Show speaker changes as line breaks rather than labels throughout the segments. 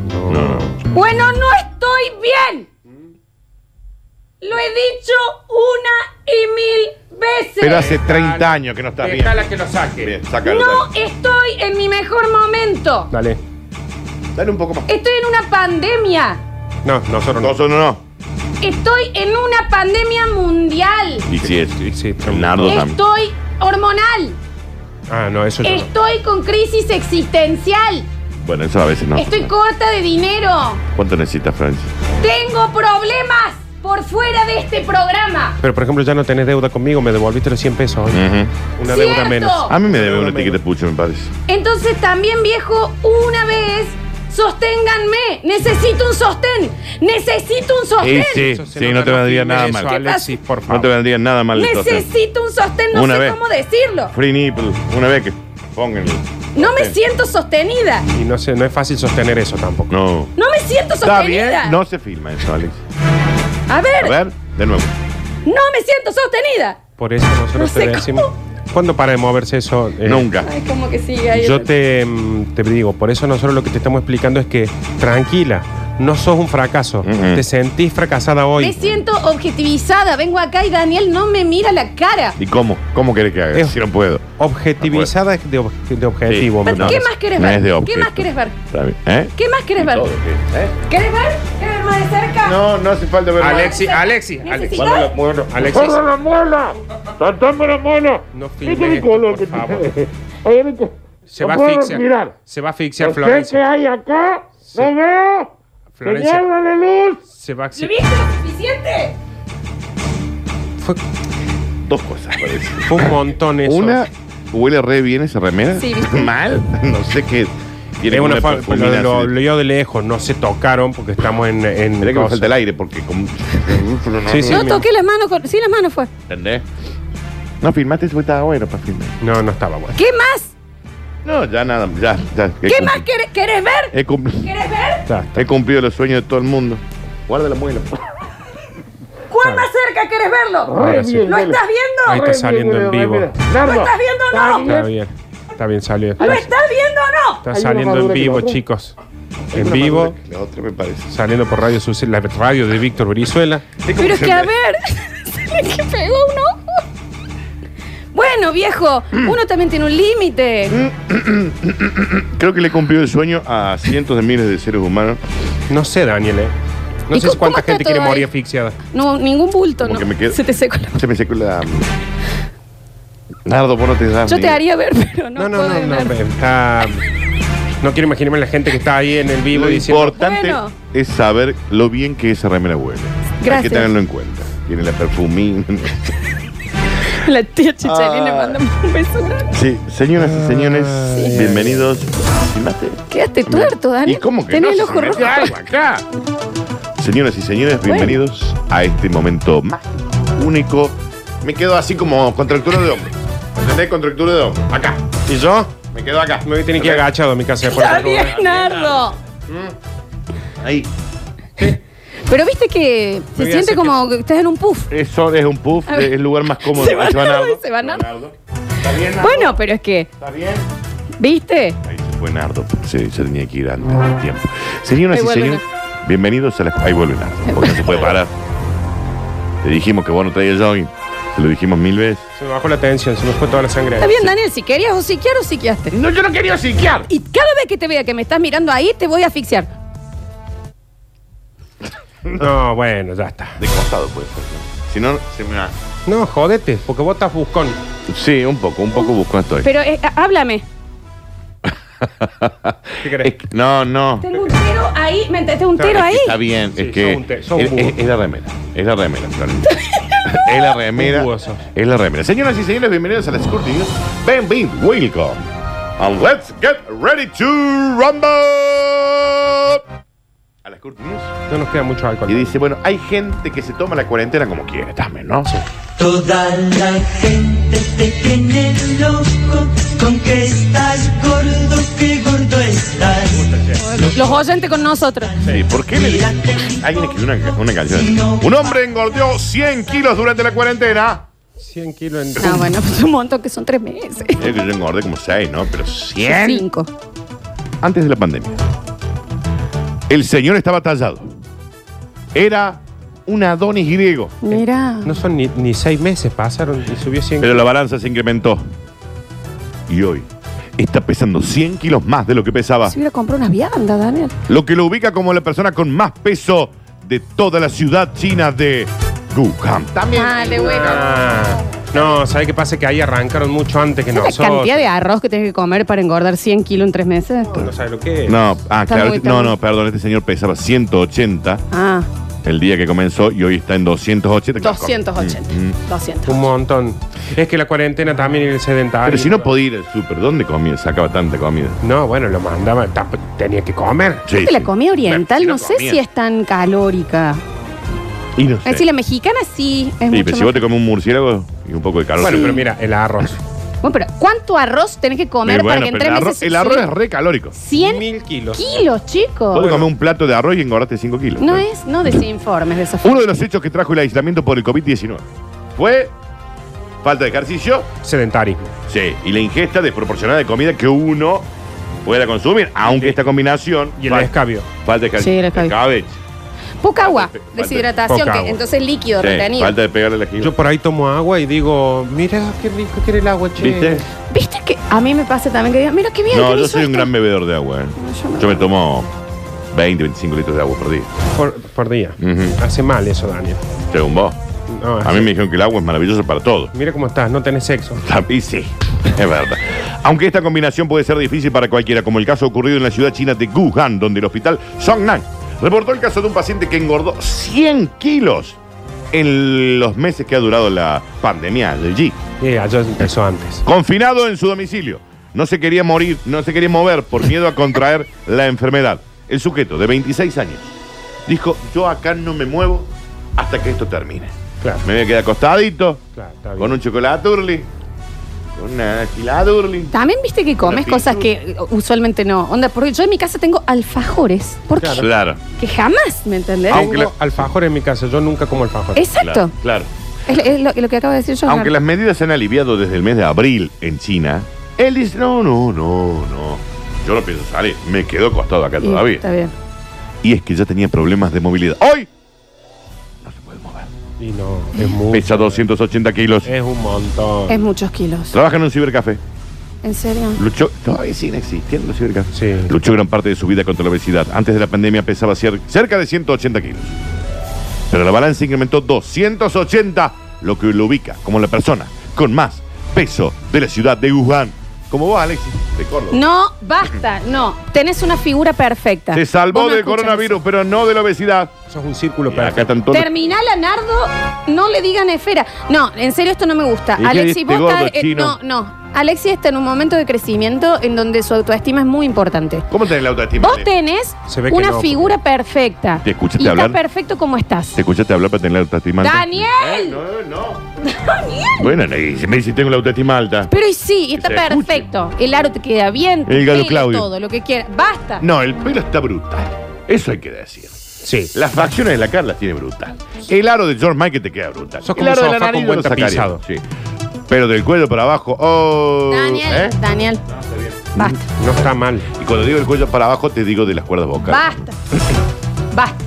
No.
No.
Bueno, no estoy bien. Lo he dicho una y mil veces.
Pero hace 30 años que no estás bien.
Dejala que lo saque.
Bien, sácalo. dale.
estoy en mi mejor momento.
Dale.
Dale un poco más.
Estoy en una pandemia.
No, nosotros no.
No, no, no.
Estoy en una pandemia mundial.
Y si es, y
Sí,
si
pero-
Nardo también.
Estoy hormonal.
Ah, no, eso yo no.
Estoy con crisis existencial.
Bueno, eso a veces no.
Estoy corta de dinero.
¿Cuánto necesitas, Francis?
Tengo problemas por fuera de este programa.
Pero por ejemplo, ya no tenés deuda conmigo, me devolviste los 100 pesos hoy.
Ujú.
¡Cierto!
Una deuda menos.
Mm. A mí me debe
Deuda
una
menos.
etiqueta de pucho, me parece.
Entonces también, viejo, una vez, sosténganme. Necesito un sostén. Necesito un
Sí,
sostén.
sí,
Eso se
sí,
nota,
no te
no
vendría
firme
nada
eso,
mal.
Alexis, por favor.
No te vendría nada mal. el sostén.
Necesito un sostén. No
Una
sé
vez.
cómo decirlo.
Free nipple, una vez que pónganlo.
No me siento sostenida.
Y no, sé, no es fácil sostener eso tampoco.
No.
No me siento
Está bien,
sostenida.
no se filma eso, Alex.
A
A
ver,
ver, de nuevo.
no me siento sostenida.
Por eso nosotros
No sé
te decimos. ¿Cuándo para de moverse eso? Eh,
Nunca.
Ay, como que sigue ahí.
Yo te, mm, te digo, por eso nosotros lo que te estamos explicando es que tranquila, no sos un fracaso.
Mm-mm.
Te sentís fracasada hoy.
Me siento objetivizada. Vengo acá y Daniel no me mira la cara.
¿Y cómo? ¿Cómo querés que haga?
Es-
Si no puedo.
Objetivizada de, ob- de objetivo.
Sí.
me
Pero, ¿Qué
parece.
más querés
No es de
ver? ¿Qué
objeto.
más querés ver?
Está bien. ¿Eh?
¿Qué más querés ver?
Todo, ¿eh?
¿Querés ver? ¿Querés ver más de cerca?
No, no hace falta ver más.
Alexi, Alexi, Alexi.
¿Necesitas?
Muévelo, muévelo, Alexis.
la muela! ¡Saltame la muela!
No
Mira
filmes
mi
esto,
color
por
que
favor.
tiene. Oye, viste.
Se va a
puedo
asfixiar.
respirar.
Se va a asfixiar
No sé qué
Florencia.
hay acá. ¡No veo!
Florencia.
¡Señala la luz!
Se va a asfixiar.
¿Viviste lo suficiente?
Fue,
Dos cosas parece.
fue un montón eso.
Una, huele re bien esa remera.
Sí, ¿viste?
Mal. No sé qué.
Es una fa-
perfumina
lo, lo-
así de-
lo leo de lejos, no se tocaron porque estamos en. en
Mirá que me
cosas.
falta el aire porque como.
Sí, sí.
No
mira.
toqué las manos. con- Sí, las manos fue.
¿Entendés? No, filmaste eso estaba bueno para filmar.
No, no estaba bueno.
¿Qué más?
No, ya nada, ya, ya. he
¿Qué
cumpli-
más querés, querés ver?
He, cumpli-
¿Querés ver?
Está, está.
he cumplido los sueños de todo el mundo. Guarda la muela.
¿Cuál más cerca querés verlo?
Ahora
¡Re
sí.
bien!
¿Lo estás
Ahí
viendo?
está saliendo en vivo.
¿Lo estás viendo o no?
Está bien, está bien, salió.
¿Lo
Está,
estás viendo o no?
está
Hay una
saliendo en
madura que
vivo,
la otra.
chicos. En vivo,
La otra me parece.
saliendo por radio, Suce- la radio de Víctor Brizuela.
Pero es que a ver, se le que pegó un ojo. Bueno, viejo, uno también tiene un límite.
Creo que le he cumplido el sueño a cientos de miles de seres humanos.
No sé, Daniel, eh. No
¿Y
sé
cómo- cómo
cuánta
está
gente quiere
todo ahí?
morir asfixiada.
No, ningún bulto,
Como
¿no?
que me quedo-
Se te secó la...
Se me secó la. mm, Nardo, vos no te das.
Yo
ni-
te haría ver, pero no,
No, no,
puedo
no, no.
ver.
Está. No quiero imaginarme la gente que está ahí en el vivo
Lo
diciendo.
importante
Bueno.
es saber lo bien que esa remera huele. Hay que
Gracias.
tenerlo en cuenta. Tiene la perfumina.
La tía Chichelina
Ah.
mandame un beso.
Sí, señoras y señores, bienvenidos. Filmate.
Quédate tuerto, Dani.
¿Y cómo que
Tenés el
no?
ojo
Se me
rojo.
metió algo acá. Señoras y señores, bienvenidos a este momento más único. Me quedo así como contractura de hombro. ¿Entendés? Contractura de hombro. Acá. ¿Y yo? Me quedo acá.
Me voy a tener que ir agachado a mi casa después.
Está bien, Nardo.
Ahí.
Pero viste que se
voy a
siente
hacer
como que estás en un puff.
Eso es un puff,
A ver.
es el lugar más cómodo.
Se va Nardo,
Nardo.
se va Nardo.
¿Está bien, Nardo?
Bueno, pero es que,
¿Está bien?
¿viste?
Ahí se fue Nardo, se, se tenía que ir antes del tiempo.
Ah.
Señoras
Ahí
y
vuelve
señores, bienvenidos a la... Ahí vuelve Nardo, porque no se puede parar. Le dijimos que vos no traías jogging, se lo dijimos mil veces.
Se me bajó la tensión, se me fue toda la sangre.
Está bien, Daniel, si querías o siquiar o siquiaste.
No, yo no quería psiquiar.
Y cada vez que te vea que me estás mirando ahí, te voy a asfixiar.
No, bueno, ya está.
De costado puede ser. ¿no? Si no, se me va.
No, jodete, porque vos estás buscón.
Sí, un poco, un poco busco estoy.
Pero eh, ah, háblame.
¿Qué querés?
Es que- no, no.
Tengo un tiro ahí. ¿Me entendés? Tengo un tiro
Claro,
ahí.
Está bien,
Sí,
es que.
sos un te- sos un
es,
búho.
es- es la remera. Es la remera, Florencia. es la remera.
Un búho sos.
Es la remera. Señoras y señores, bienvenidos a la Security News. Ben Ben, welcome. And let's get ready to rumble. A la Security News.
No nos queda mucho alcohol.
Y dice, bueno, hay gente que se toma la cuarentena como quiere también, ¿no?
Toda la gente te tiene loco con que estás gordo, que gordo estás.
Los oyentes con nosotros.
Sí, ¿por qué le dicen? Alguien escribió una, una canción. Un hombre engordó 100 kilos durante la cuarentena.
100 kilos en...
No, bueno, pues un montón que son tres meses.
Yo creo que yo engordé como 6, ¿no? Pero 100.
Cinco.
antes de la pandemia. El señor estaba tallado. Era un Adonis griego.
Mira.
No son ni, ni seis meses, pasaron y subió 100
Pero la balanza se incrementó. Y hoy está pesando 100 kilos más de lo que pesaba.
Si hubiera comprado unas viandas, Daniel.
Lo que lo ubica como la persona con más peso de toda la ciudad china de Wuhan. También.
Dale, bueno.
Ah, no, ¿sabes qué pasa? Que ahí arrancaron mucho antes que
¿Sabes la
nosotros.
cantidad de arroz que tienes que comer para engordar 100 kilos en tres meses?
No sabes lo que es.
No, ah,
Está
claro.
muy,
este-
está
no,
muy.
no, perdón. Este señor pesaba 180
Ah,
el día que comenzó y hoy está en 280. Claro, con-
280.
Mm, mm.
200.
Un montón. Es que la cuarentena también y el sedentario.
Pero si no podía ir al súper, ¿dónde comía? Sacaba tanta comida.
No, bueno, lo mandaba. tap- Tenía que comer.
Sí,
La
sí.
comida oriental
Bueno,
no sé
comía.
si es tan calórica.
Y no sé.
Es decir, la mexicana sí es
Sí,
mucho
pero si
más-
vos te comes un murciélago y un poco de calor.
Bueno, pero mira, el arroz.
Bueno, pero ¿cuánto arroz tenés que comer para que en tres
el arroz,
meses se
el arroz
suba
es re calórico.
100
Mil kilos.
kilos,
Vos
chicos?
te comés un plato de arroz y engordaste 5 kilos.
No es, no desinformes de esa forma.
Uno de los hechos que trajo el aislamiento por el COVID-19 fue falta de ejercicio
Sedentarismo.
sí, y la ingesta desproporcionada de comida que uno pueda consumir, aunque esta combinación.
Y el
fal-
escabio.
Falta de
Sí,
ejercicio.
el escabio. Poca agua,
Falta- falta-
deshidratación,
poca
que
agua.
entonces líquido retenido.
falta de pegarle la jiba.
Yo por ahí tomo agua y digo, mira qué rico que era el agua, che.
¿Viste?
¿Viste que a mí me pasa también que digo, mira qué bien?
No,
que
yo
hizo
soy un
esto?
gran bebedor de agua. ¿eh?
yo no.
Yo me tomo 20, 25 litros de agua por día.
Por, por día.
Ujú.
Hace mal eso, Daniel.
Según vos.
No,
A mí me dijeron que el agua es maravillosa para todo.
Mira cómo estás, no tenés sexo.
También sí, es verdad. Aunque esta combinación puede ser difícil para cualquiera, como el caso ocurrido en la ciudad china de Wuhan, donde el hospital Songnan reportó el caso de un paciente que engordó 100 kilos en los meses que ha durado la pandemia del G.
Eh, allá empezó antes.
Confinado en su domicilio, no se quería morir, no se quería mover por miedo a contraer la enfermedad. El sujeto, de 26 años, dijo, yo acá no me muevo hasta que esto termine.
Claro.
Me voy a quedar acostadito,
Claro, está bien.
con un chocolate Urli, con una gilada Urli.
También viste que comes
Una
cosas que usualmente no. Onda, porque yo en mi casa tengo alfajores. ¿Por qué?
Claro.
Que jamás, ¿me entendés?
Aunque
Tengo alfajor en mi casa, yo nunca como alfajor.
Exacto.
Claro. claro.
Es, es lo, lo que acabo de decir yo.
Aunque
Nardo.
las medidas se han aliviado desde el mes de abril en China, él dice, no, no, no, no. Yo no pienso salir, me quedo acostado acá
Y
todavía.
Está bien.
Y es que ya tenía problemas de movilidad. ¡Hoy! No se puede mover.
Y no, es mucho.
Pesa 280 kilos.
Es un montón.
Es muchos kilos.
Trabaja en un cibercafé.
¿En serio?
Luchó, todavía siguen existiendo los cibercafés.
Sí.
Luchó gran parte de su vida contra la obesidad. Antes de la pandemia pesaba cier- cerca de 180 kilos. Pero la balanza incrementó 280, lo que lo ubica como la persona con más peso de la ciudad de Wuhan. Como vos, Alexis, de Córdoba.
No, basta, no. Tenés una figura perfecta.
Se salvó
Vos no
del
escuchás
coronavirus, pero no de la obesidad.
Eso es un círculo
Y acá
perfecto.
están
eso.
todos.
Terminal a Nardo, no le digan esfera. No, en serio esto no me gusta.
¿Y qué
Alexi,
este
vos
gordo
estás- eh,
chino?
no, no. Alexi está en un momento de crecimiento en donde su autoestima es muy importante.
¿Cómo tenés la autoestima?
Vos
Ale?
tenés
Se ve que
una
no,
figura perfecta.
¿Te escuchaste
y
hablar?
Estás perfecto como estás.
¿Te escuchaste hablar para tener la autoestima alta?
¡Daniel!
Eh, No, no. Bueno, no, y si me dice tengo la autoestima alta.
Pero y sí, y está
se escuche.
perfecto. El aro te queda bien, tu
El galo
pelo,
Claudio.
todo, lo que quieras. ¡Basta!
No, el pelo está brutal. Eso hay que decir.
Sí.
Las facciones de la cara las tiene brutal. El aro de George Michael te queda brutal.
Sos
el
como
aro
un
de
sofá con
yo
buen
lo sacaría.
tapizado.
Sí. Pero del cuello para abajo, oh.
Daniel,
¿eh?
Daniel. Basta,
No está mal.
Y cuando digo el cuello para abajo, te digo de las cuerdas vocales.
basta. Basta.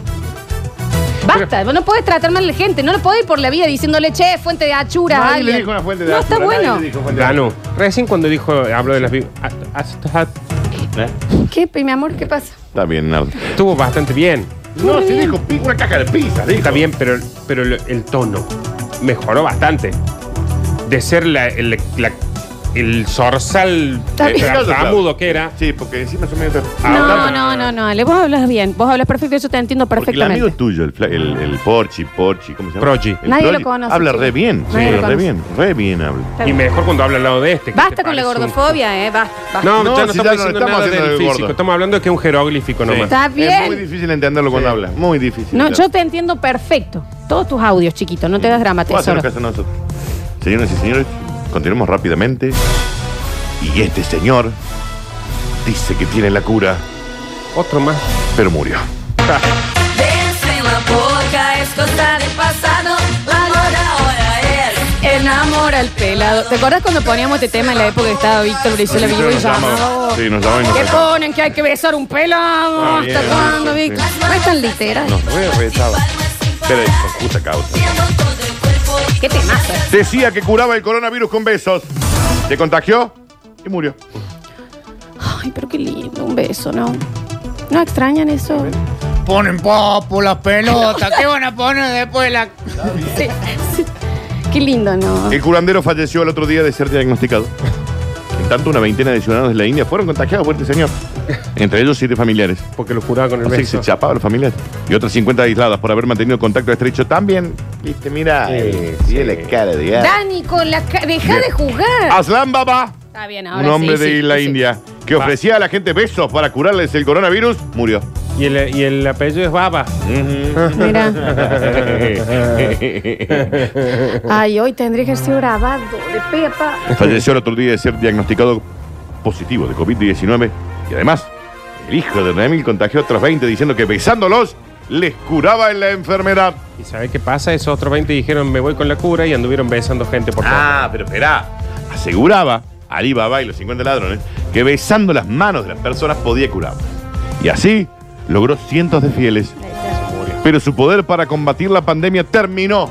Basta, vos no podés tratar mal a la gente, no lo podés ir por la vida diciéndole, che, fuente de achura. a
Nadie
alguien.
le dijo una fuente de
No
ácido,
está
nadie
bueno.
le dijo fuente de
Danu, recién cuando dijo, habló de las... vi- ah, a- a- a-
ácido. ¿Eh?
¿Qué, mi amor? ¿Qué pasa?
Está bien, Nardo.
Estuvo bastante bien.
No, se dijo pi- una caja de pizza.
Está bien, pero, pero el, el tono. mejoró bastante. De ser la- el, la- el zorzal
Está bien.
tartamudo que Este era.
Sí, porque encima son medio...
No, no, no, no, Ale, vos hablas bien. Vos hablas perfecto, yo te entiendo
Porque el amigo
perfectamente.
tuyo, el, fla- el, el Porchi, Porchi, ¿cómo se llama?
Prochi.
El
Nadie lo
Prochi,
conoce,
Habla
chicos.
re bien,
Nadie
sí,
lo
re
conoce.
bien, re bien habla.
Y mejor cuando habla al lado de este. que te
Basta con la
parece un-
gordofobia, eh, basta.
No,
No,
ya no estamos
si ya
diciendo
no estamos
nada
haciendo
del
el
físico.
gordo.
Estamos hablando de que es un jeroglífico
Sí.
nomás.
Está bien.
Es muy difícil entenderlo cuando
Sí.
habla, muy difícil.
No, yo te entiendo perfecto. Todos tus audios, chiquito, no te das drama,
Vos hacernos
tesoro.
caso a nosotros. Señoras y señores, continuemos rápidamente. Y este señor dice que tiene la cura,
Otro más.
pero murió.
Beso en la boca es cosa del pasado, la hora ahora es
Enamora al pelado. ¿Te acordás cuando poníamos este tema en la época que estaba Víctor Brizuela vivo y
nos
llamaba?
llama. Sí, nos llama y nos
¿Qué
retaba.
ponen? Que hay que besar un pelado.
Ah, bien,
¿Hasta cuándo,
sí,
Víctor? No es tan literal.
Nos re retaba. Pero es por justa causa.
todo el cuerpo y
¿Qué te
Decía que curaba el coronavirus con besos. Se contagió y murió.
Ay, pero qué lindo, un beso, ¿no? ¿No extrañan eso?
Ponen popo las pelotas. ¿Qué van a poner después de la.?
Sí, sí. Qué lindo, ¿no?
El curandero falleció el otro día de ser diagnosticado. En tanto, una veintena de ciudadanos de la India fueron contagiados por este señor. Entre ellos, siete familiares.
Porque lo curaba con el
Así que se
beso.
chapaba a los familiares. Y otras 50 aisladas por haber mantenido contacto estrecho también. Viste, mira.
Sí,
eh,
sí.
mira la cara de gato.
Dani, con la ca- deja
Bien.
de jugar.
Aslan Baba,
Está bien, ahora
un hombre
sí,
de
sí,
la
sí.
India, que ofrecía a la gente besos para curarles el coronavirus, murió.
Y el, y el apellido es Baba.
Mira.
Ah.
Ay, hoy tendría que haber sido grabado de pepa.
Falleció el otro día de ser diagnosticado positivo de COVID-19. Y además, el hijo de Remil contagió a otros 20 diciendo que besándolos les curaba en la enfermedad.
¿Y sabes qué pasa? Esos otros 20 dijeron me voy con la cura y anduvieron besando gente por todo.
Ah, pero esperá. Aseguraba Alibaba y los 50 ladrones que besando las manos de las personas podía curar. Y así logró cientos de fieles. Pero su poder para combatir la pandemia terminó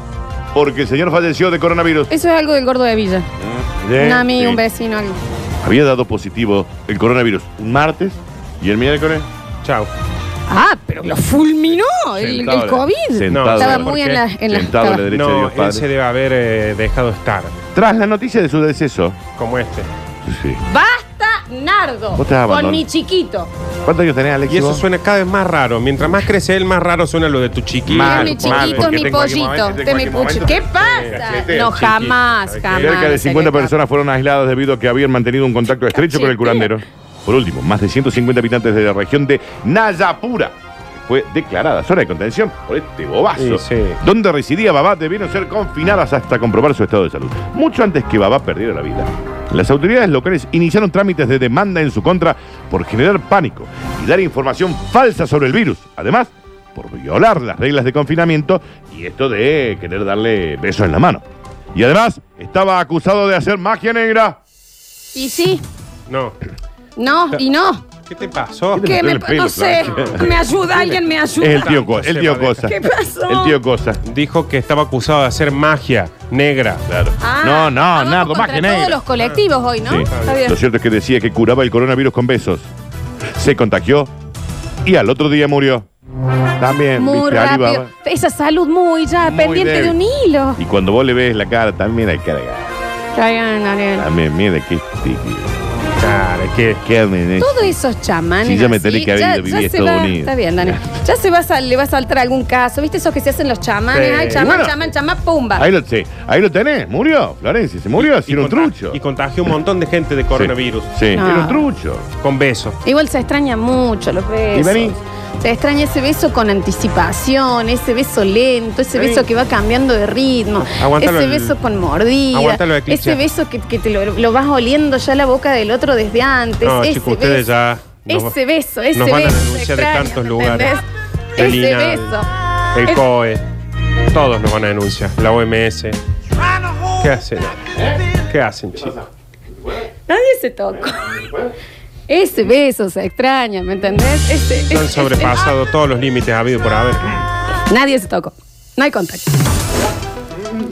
porque el señor falleció de coronavirus.
Eso es algo del gordo de Villa.
Sí,
Un amigo,
Eh, sí.
un vecino, algo.
Había dado positivo el coronavirus un martes y el miércoles.
Chao.
Ah, pero lo fulminó el, el
Sentado a la-
COVID.
sentado
No,
a la-
Estaba
¿por
muy
qué?
en la. En la
Sentado a la
estaba-
Derecho de
No,
Dios
él
Padre.
se debe haber eh, dejado estar,
Tras la noticia de su deceso.
como este.
Sí.
¡Basta, Nardo!
Vos te abandonás.
Con mi chiquito.
¿Cuántos años tenés, Alexis?
Y eso
vos?
suena cada vez más raro. Mientras más crece él, más raro suena lo de tu chiquito.
Mal,
es mi
mal,
chiquito, es
porque
mi
tengo aquí
pollito.
momento,
Te
tengo
mi
aquí momento.
puchi- ¿Qué pasa?
cachete,
No,
chiquito.
jamás, jamás.
Cerca de
se le
50
escapa.
personas fueron aisladas debido a que habían mantenido un contacto estrecho con el curandero. Por último, más de 150 habitantes de la región de Nayapura fue declarada zona de contención por este bobazo,
Sí, sí.
donde residía Babá, debieron ser confinadas hasta comprobar su estado de salud, mucho antes que Babá perdiera la vida. Las autoridades locales iniciaron trámites de demanda en su contra por generar pánico y dar información falsa sobre el virus. Además, por violar las reglas de confinamiento y esto de querer darle besos en la mano. Y además, estaba acusado de hacer magia negra.
Y sí,
No.
no, y no.
¿Qué te pasó?
¿Qué?
Que
metió
me,
en el pelo,
no sé,
Florencia.
me ayuda, alguien me
Es el
ayuda.
tío, Co- el tío Cosa.
¿Qué pasó?
El tío Cosa.
Dijo que estaba acusado de hacer magia negra.
Claro.
Ah,
no, no,
vamos
Nardo,
contra
magia
Todos
negra.
los colectivos hoy, ¿no?
Sí.
Está bien.
Lo cierto es que decía que curaba el coronavirus con besos. Se contagió y al otro día murió. También,
Muy
viste,
rápido.
Alibaba.
Esa salud muy ya,
Muy
pendiente de un
débil.
hilo.
Y cuando vos le ves la cara, también hay cara. de-
Está bien, Daniel.
También, mira, qué sticky.
Claro, que
Qué arnés.
Todos esos chamanes.
Sí, ya me
así,
tenés que haber ido a vivir a
se
Estados
va-
Unidos.
Está bien, Dani. Ya se va a sal- le va a saltar algún caso. ¿Viste esos que se hacen los chamanes?
Sí.
Ay, chamán,
Bueno.
chamán, chamán, pumba.
Ahí lo, sí, ahí lo tenés, murió, Florencia, se murió,
y
sin un
conta-
trucho.
Y contagió un montón de gente de coronavirus.
Sí,
No.
era un trucho.
Con besos.
Igual se extraña mucho los besos.
Y vení.
Se extraña ese beso con anticipación, ese beso lento, ese
Vení.
beso que va cambiando de ritmo,
Aguántalo
ese
el-
beso con mordida,
aguántalo de cliché.
ese beso que, que te lo, lo vas oliendo ya la boca del otro desde antes.
No,
ese
chicos, ustedes
beso,
ya nos va-
Ese beso, ese
nos van a
beso
denunciar de
extraño,
tantos
¿me
lugares.
entendés?
Del
Ese
INAI.
beso.
El
Es-
COE. Todos nos van a denunciar. La OMS. ¿Qué hacen? ¿Qué hacen, chicos?
Nadie se tocó. Ese beso se extraña, ¿me entendés? Este, Ese, ese-
Han
ese-
sobrepasado todos los límites habido por haber.
Nadie se tocó. No hay contacto.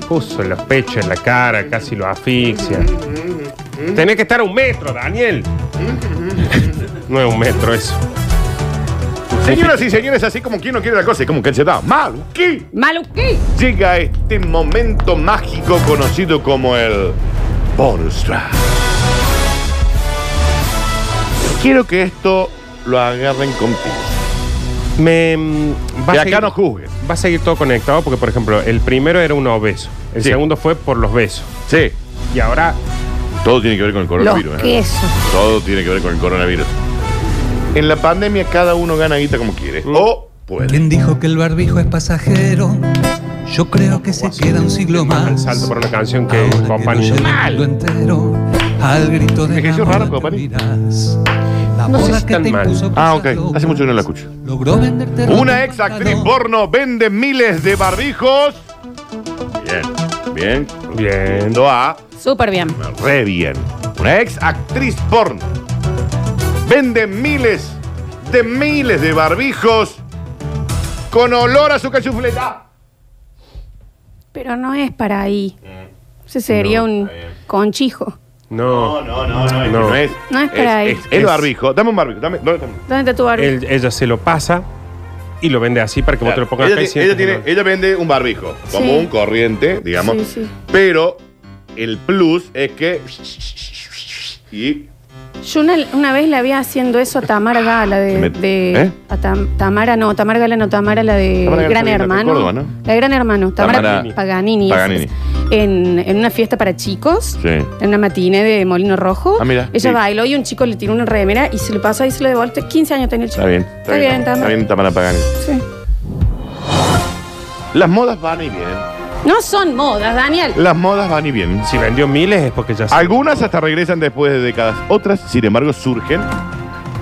Puso los pechos en la cara, casi lo asfixia. Tenés que estar a un metro, Daniel. No es un metro eso.
Señoras y señores, así como quien no quiere la cosa, y como que se da mal, ¿qué?
Maluquí.
Llega este momento mágico conocido como el bonus track. Quiero que esto lo agarren con pinzas.
Me, mm,
Que
a
acá
seguir-
no juzguen.
Va a seguir todo conectado porque, por ejemplo, el primero era un obeso. El
Sí.
segundo fue por los besos.
Sí,
Y ahora,
todo tiene que ver con
Los
el coronavirus. ¿eh?
quesos.
Todo tiene que ver con el coronavirus. En la pandemia cada uno gana guita como quiere. O puede.
¿Quién dijo que el barbijo es pasajero? Yo creo que se queda un siglo
el
más.
salto por una canción que
Ahora que
acompaña.
lo lleva el mundo entero, al grito de
Ejerció
la
raro,
moda
Company.
terminás. La
No sé
moda
si
que
tan
te
mal.
impuso
Ah, ok.
cruzar
Hace mucho que no la
lomas,
escucho.
Logró venderte ropa
Una
en
ex actriz
pantalón.
porno vende miles de barbijos. Bien, bien.
Bien.
Yendo a
Súper bien.
re bien. Una ex actriz porno vende miles de miles de barbijos con olor a su cachufleta.
Pero no es para ahí. Ese sería un conchijo.
No.
no, no, no.
No.
es.
No es para ahí.
el barbijo. Dame un barbijo. Dame, dame, dame.
¿Dónde está tu barrio?
Él- ella se lo pasa y lo vende así para que vos te lo pongas
ella,
acá y
ti-
sientas
ella tiene-
que
ella vende un barbijo
Sí.
como un corriente, digamos.
Sí, sí.
Pero el plus es que. Y
Yo una, una vez la vi haciendo eso a Tamara Gala de.
Me-
de-
¿Eh?
a Tam- Tamara no, Tamara Gala no, Tamara la de
Tamara Gala
Gran
también, la de
Hermano.
Córdoba, ¿no?
La de Gran Hermano, Tamara,
Tamara-
Paganini.
Paganini.
es- En, en una fiesta para chicos.
Sí.
En una matine de Molino Rojo.
Ah, mira,
Ella
sí.
bailó y un chico le tiró una remera y se lo pasó y se lo devolvió. 15 años tenía el chico.
está bien.
Está bien,
Está
Tamara.
bien, Tamara Pagani.
Sí.
Las modas van y vienen.
No son modas, Daniel.
Las modas van y vienen.
Si vendió miles es porque ya se-
Algunas hasta regresan después de décadas. Otras, sin embargo, surgen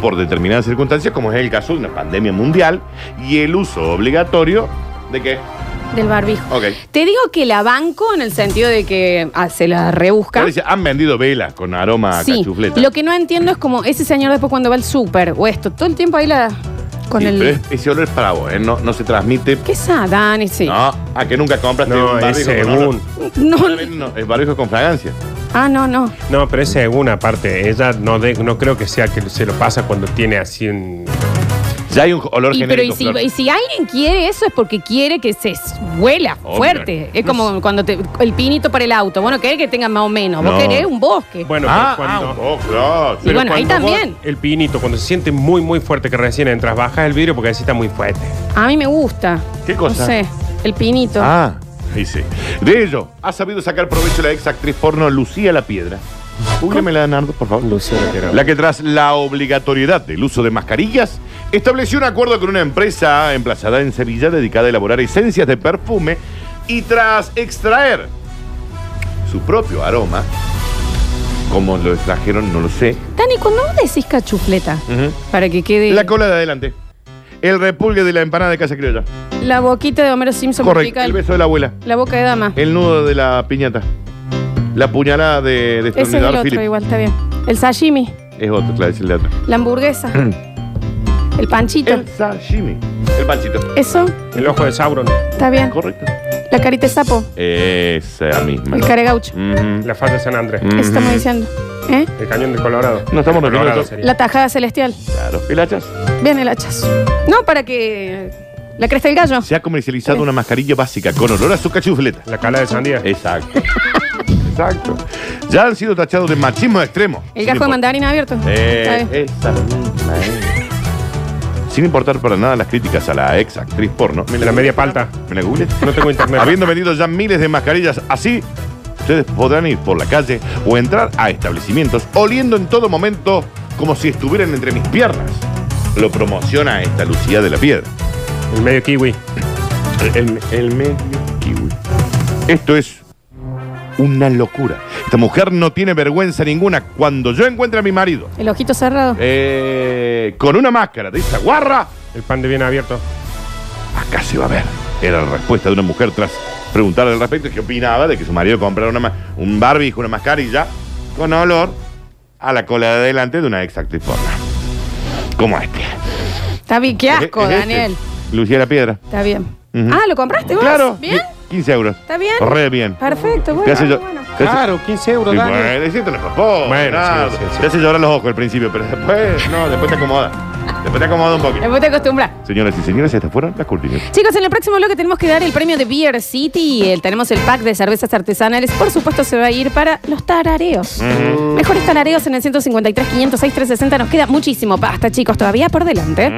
por determinadas circunstancias, como es el caso de una pandemia mundial y el uso obligatorio de qué.
Del barbijo.
Ok.
Te digo que la banco en el sentido de que ah, se la rebusca.
Ahora dice, han vendido velas con aroma a
Sí.
cachufleta.
Lo que no entiendo es como ese señor después cuando va al súper o esto, todo el tiempo ahí la. con
Sí,
el.
pero es- ese olor es para vos, ¿eh? no, no se transmite.
¿Qué es ah, Dani? Sí.
No, a que nunca compraste
No,
un
es
barbijo con olor.
según.
No.
No, es barbijo con fragancia.
Ah, no, no.
No, pero es según aparte. Ella no, de- no creo que sea que se lo pasa cuando tiene así un.
Ya hay un olor
Y, pero y
genérico.
si,
Flor.
y si alguien quiere eso es porque quiere que se huela
Obvio.
fuerte. Es como cuando te, el pinito para el auto. Bueno, querés que tenga más o menos.
No.
Vos querés un bosque.
Bueno,
ah,
pero
ah, un
cuando.
poco, claro.
Sí. bueno, ahí
cuando vos-
también.
el pinito, cuando se siente muy, muy fuerte que recién entras, bajas el vidrio porque así está muy fuerte.
A mí me gusta.
¿Qué cosa?
No sé. El pinito.
Ah, y sí. De ello, ha sabido sacar provecho la ex actriz porno Lucía La Piedra. Júglemela, Nardo, por favor.
Lucía La Piedra.
La que tras la obligatoriedad del uso de mascarillas, estableció un acuerdo con una empresa emplazada en Sevilla dedicada a elaborar esencias de perfume y tras extraer su propio aroma, como lo extrajeron, no lo sé,
Dani, cuando vos decís cachufleta,
Ujú.
para que quede
la
la,
cola de adelante, el repulgue de la empanada de casa criolla,
boquita de Homero Simpson
correcto,
musical,
el beso de la abuela,
la boca de dama.
El nudo de la piñata. La puñalada de,
Ese es
de
el
destornillador
otro,
Philip.
igual, está bien. El sashimi,
Es otro, claro, es el de atrás.
la hamburguesa, el panchito.
El sashimi. El panchito.
Eso,
El ojo de Sauron,
está bien.
Correcto.
La carita de sapo,
Esa misma.
el caregaucho.
Ujú.
la falla de San Andrés,
Mm-hmm.
Eso estamos diciendo. ¿Eh?
el cañón de Colorado.
No estamos
El
refiriendo
Colorado
a-
sería.
La tajada celestial.
Claro. El hachas.
Bien, el hachazo. No, para que. La cresta del gallo.
Se ha comercializado una mascarilla básica con olor a su cachufleta.
La cala de sandía.
Exacto. Exacto. Ya han sido tachados de machismo extremo.
El gajo de mandarina abierto. Está bien.
Eh, esa misma, eh. Sin importar para nada las críticas a la ex actriz porno.
La media palta.
¿Me la googleé?
No tengo internet.
Habiendo vendido ya miles de mascarillas así, ustedes podrán ir por la calle o entrar a establecimientos oliendo en todo momento como si estuvieran entre mis piernas. Lo promociona esta Lucía de la Piedra.
El medio kiwi.
El, el medio kiwi. Esto es una locura. Esta mujer no tiene vergüenza ninguna. Cuando yo encuentre a mi marido
El ojito cerrado.
eh, con una máscara de esa guarra,
El pan de bien abierto.
Acá se va a ver. Era la respuesta de una mujer tras preguntarle al respecto qué opinaba de que su marido comprara una ma- un barbijo, una mascarilla, con olor a la cola de adelante de una ex actriz porno. Como este.
Está bien, qué asco,
Es- es este.
Daniel.
Lucía la Piedra.
Está bien.
Ujú.
Ah, ¿lo compraste vos?
Mm-hmm. Claro.
¿Bien?
qui- 15 euros.
¿Está bien?
Re bien.
Perfecto, bueno.
Te hace yo-
bueno.
te hace-
15 euros,
Y
Dani.
bueno, y sí te lo propongo,
Bueno, sí,
nada.
sí, sí.
Te hace llorar los ojos al principio, pero después, no, después te acomoda. Después te acomodo un poquito.
Después te acostumbras.
Señoras y señores, estas fueron las cortinas.
Chicos, en el próximo bloque tenemos que dar el premio de Beer City. El- tenemos el pack de cervezas artesanales. Por supuesto, se va a ir para los tarareos.
Mm.
Mejores tarareos en el 153, 506, 360. Nos queda muchísimo pasta, chicos, todavía por delante.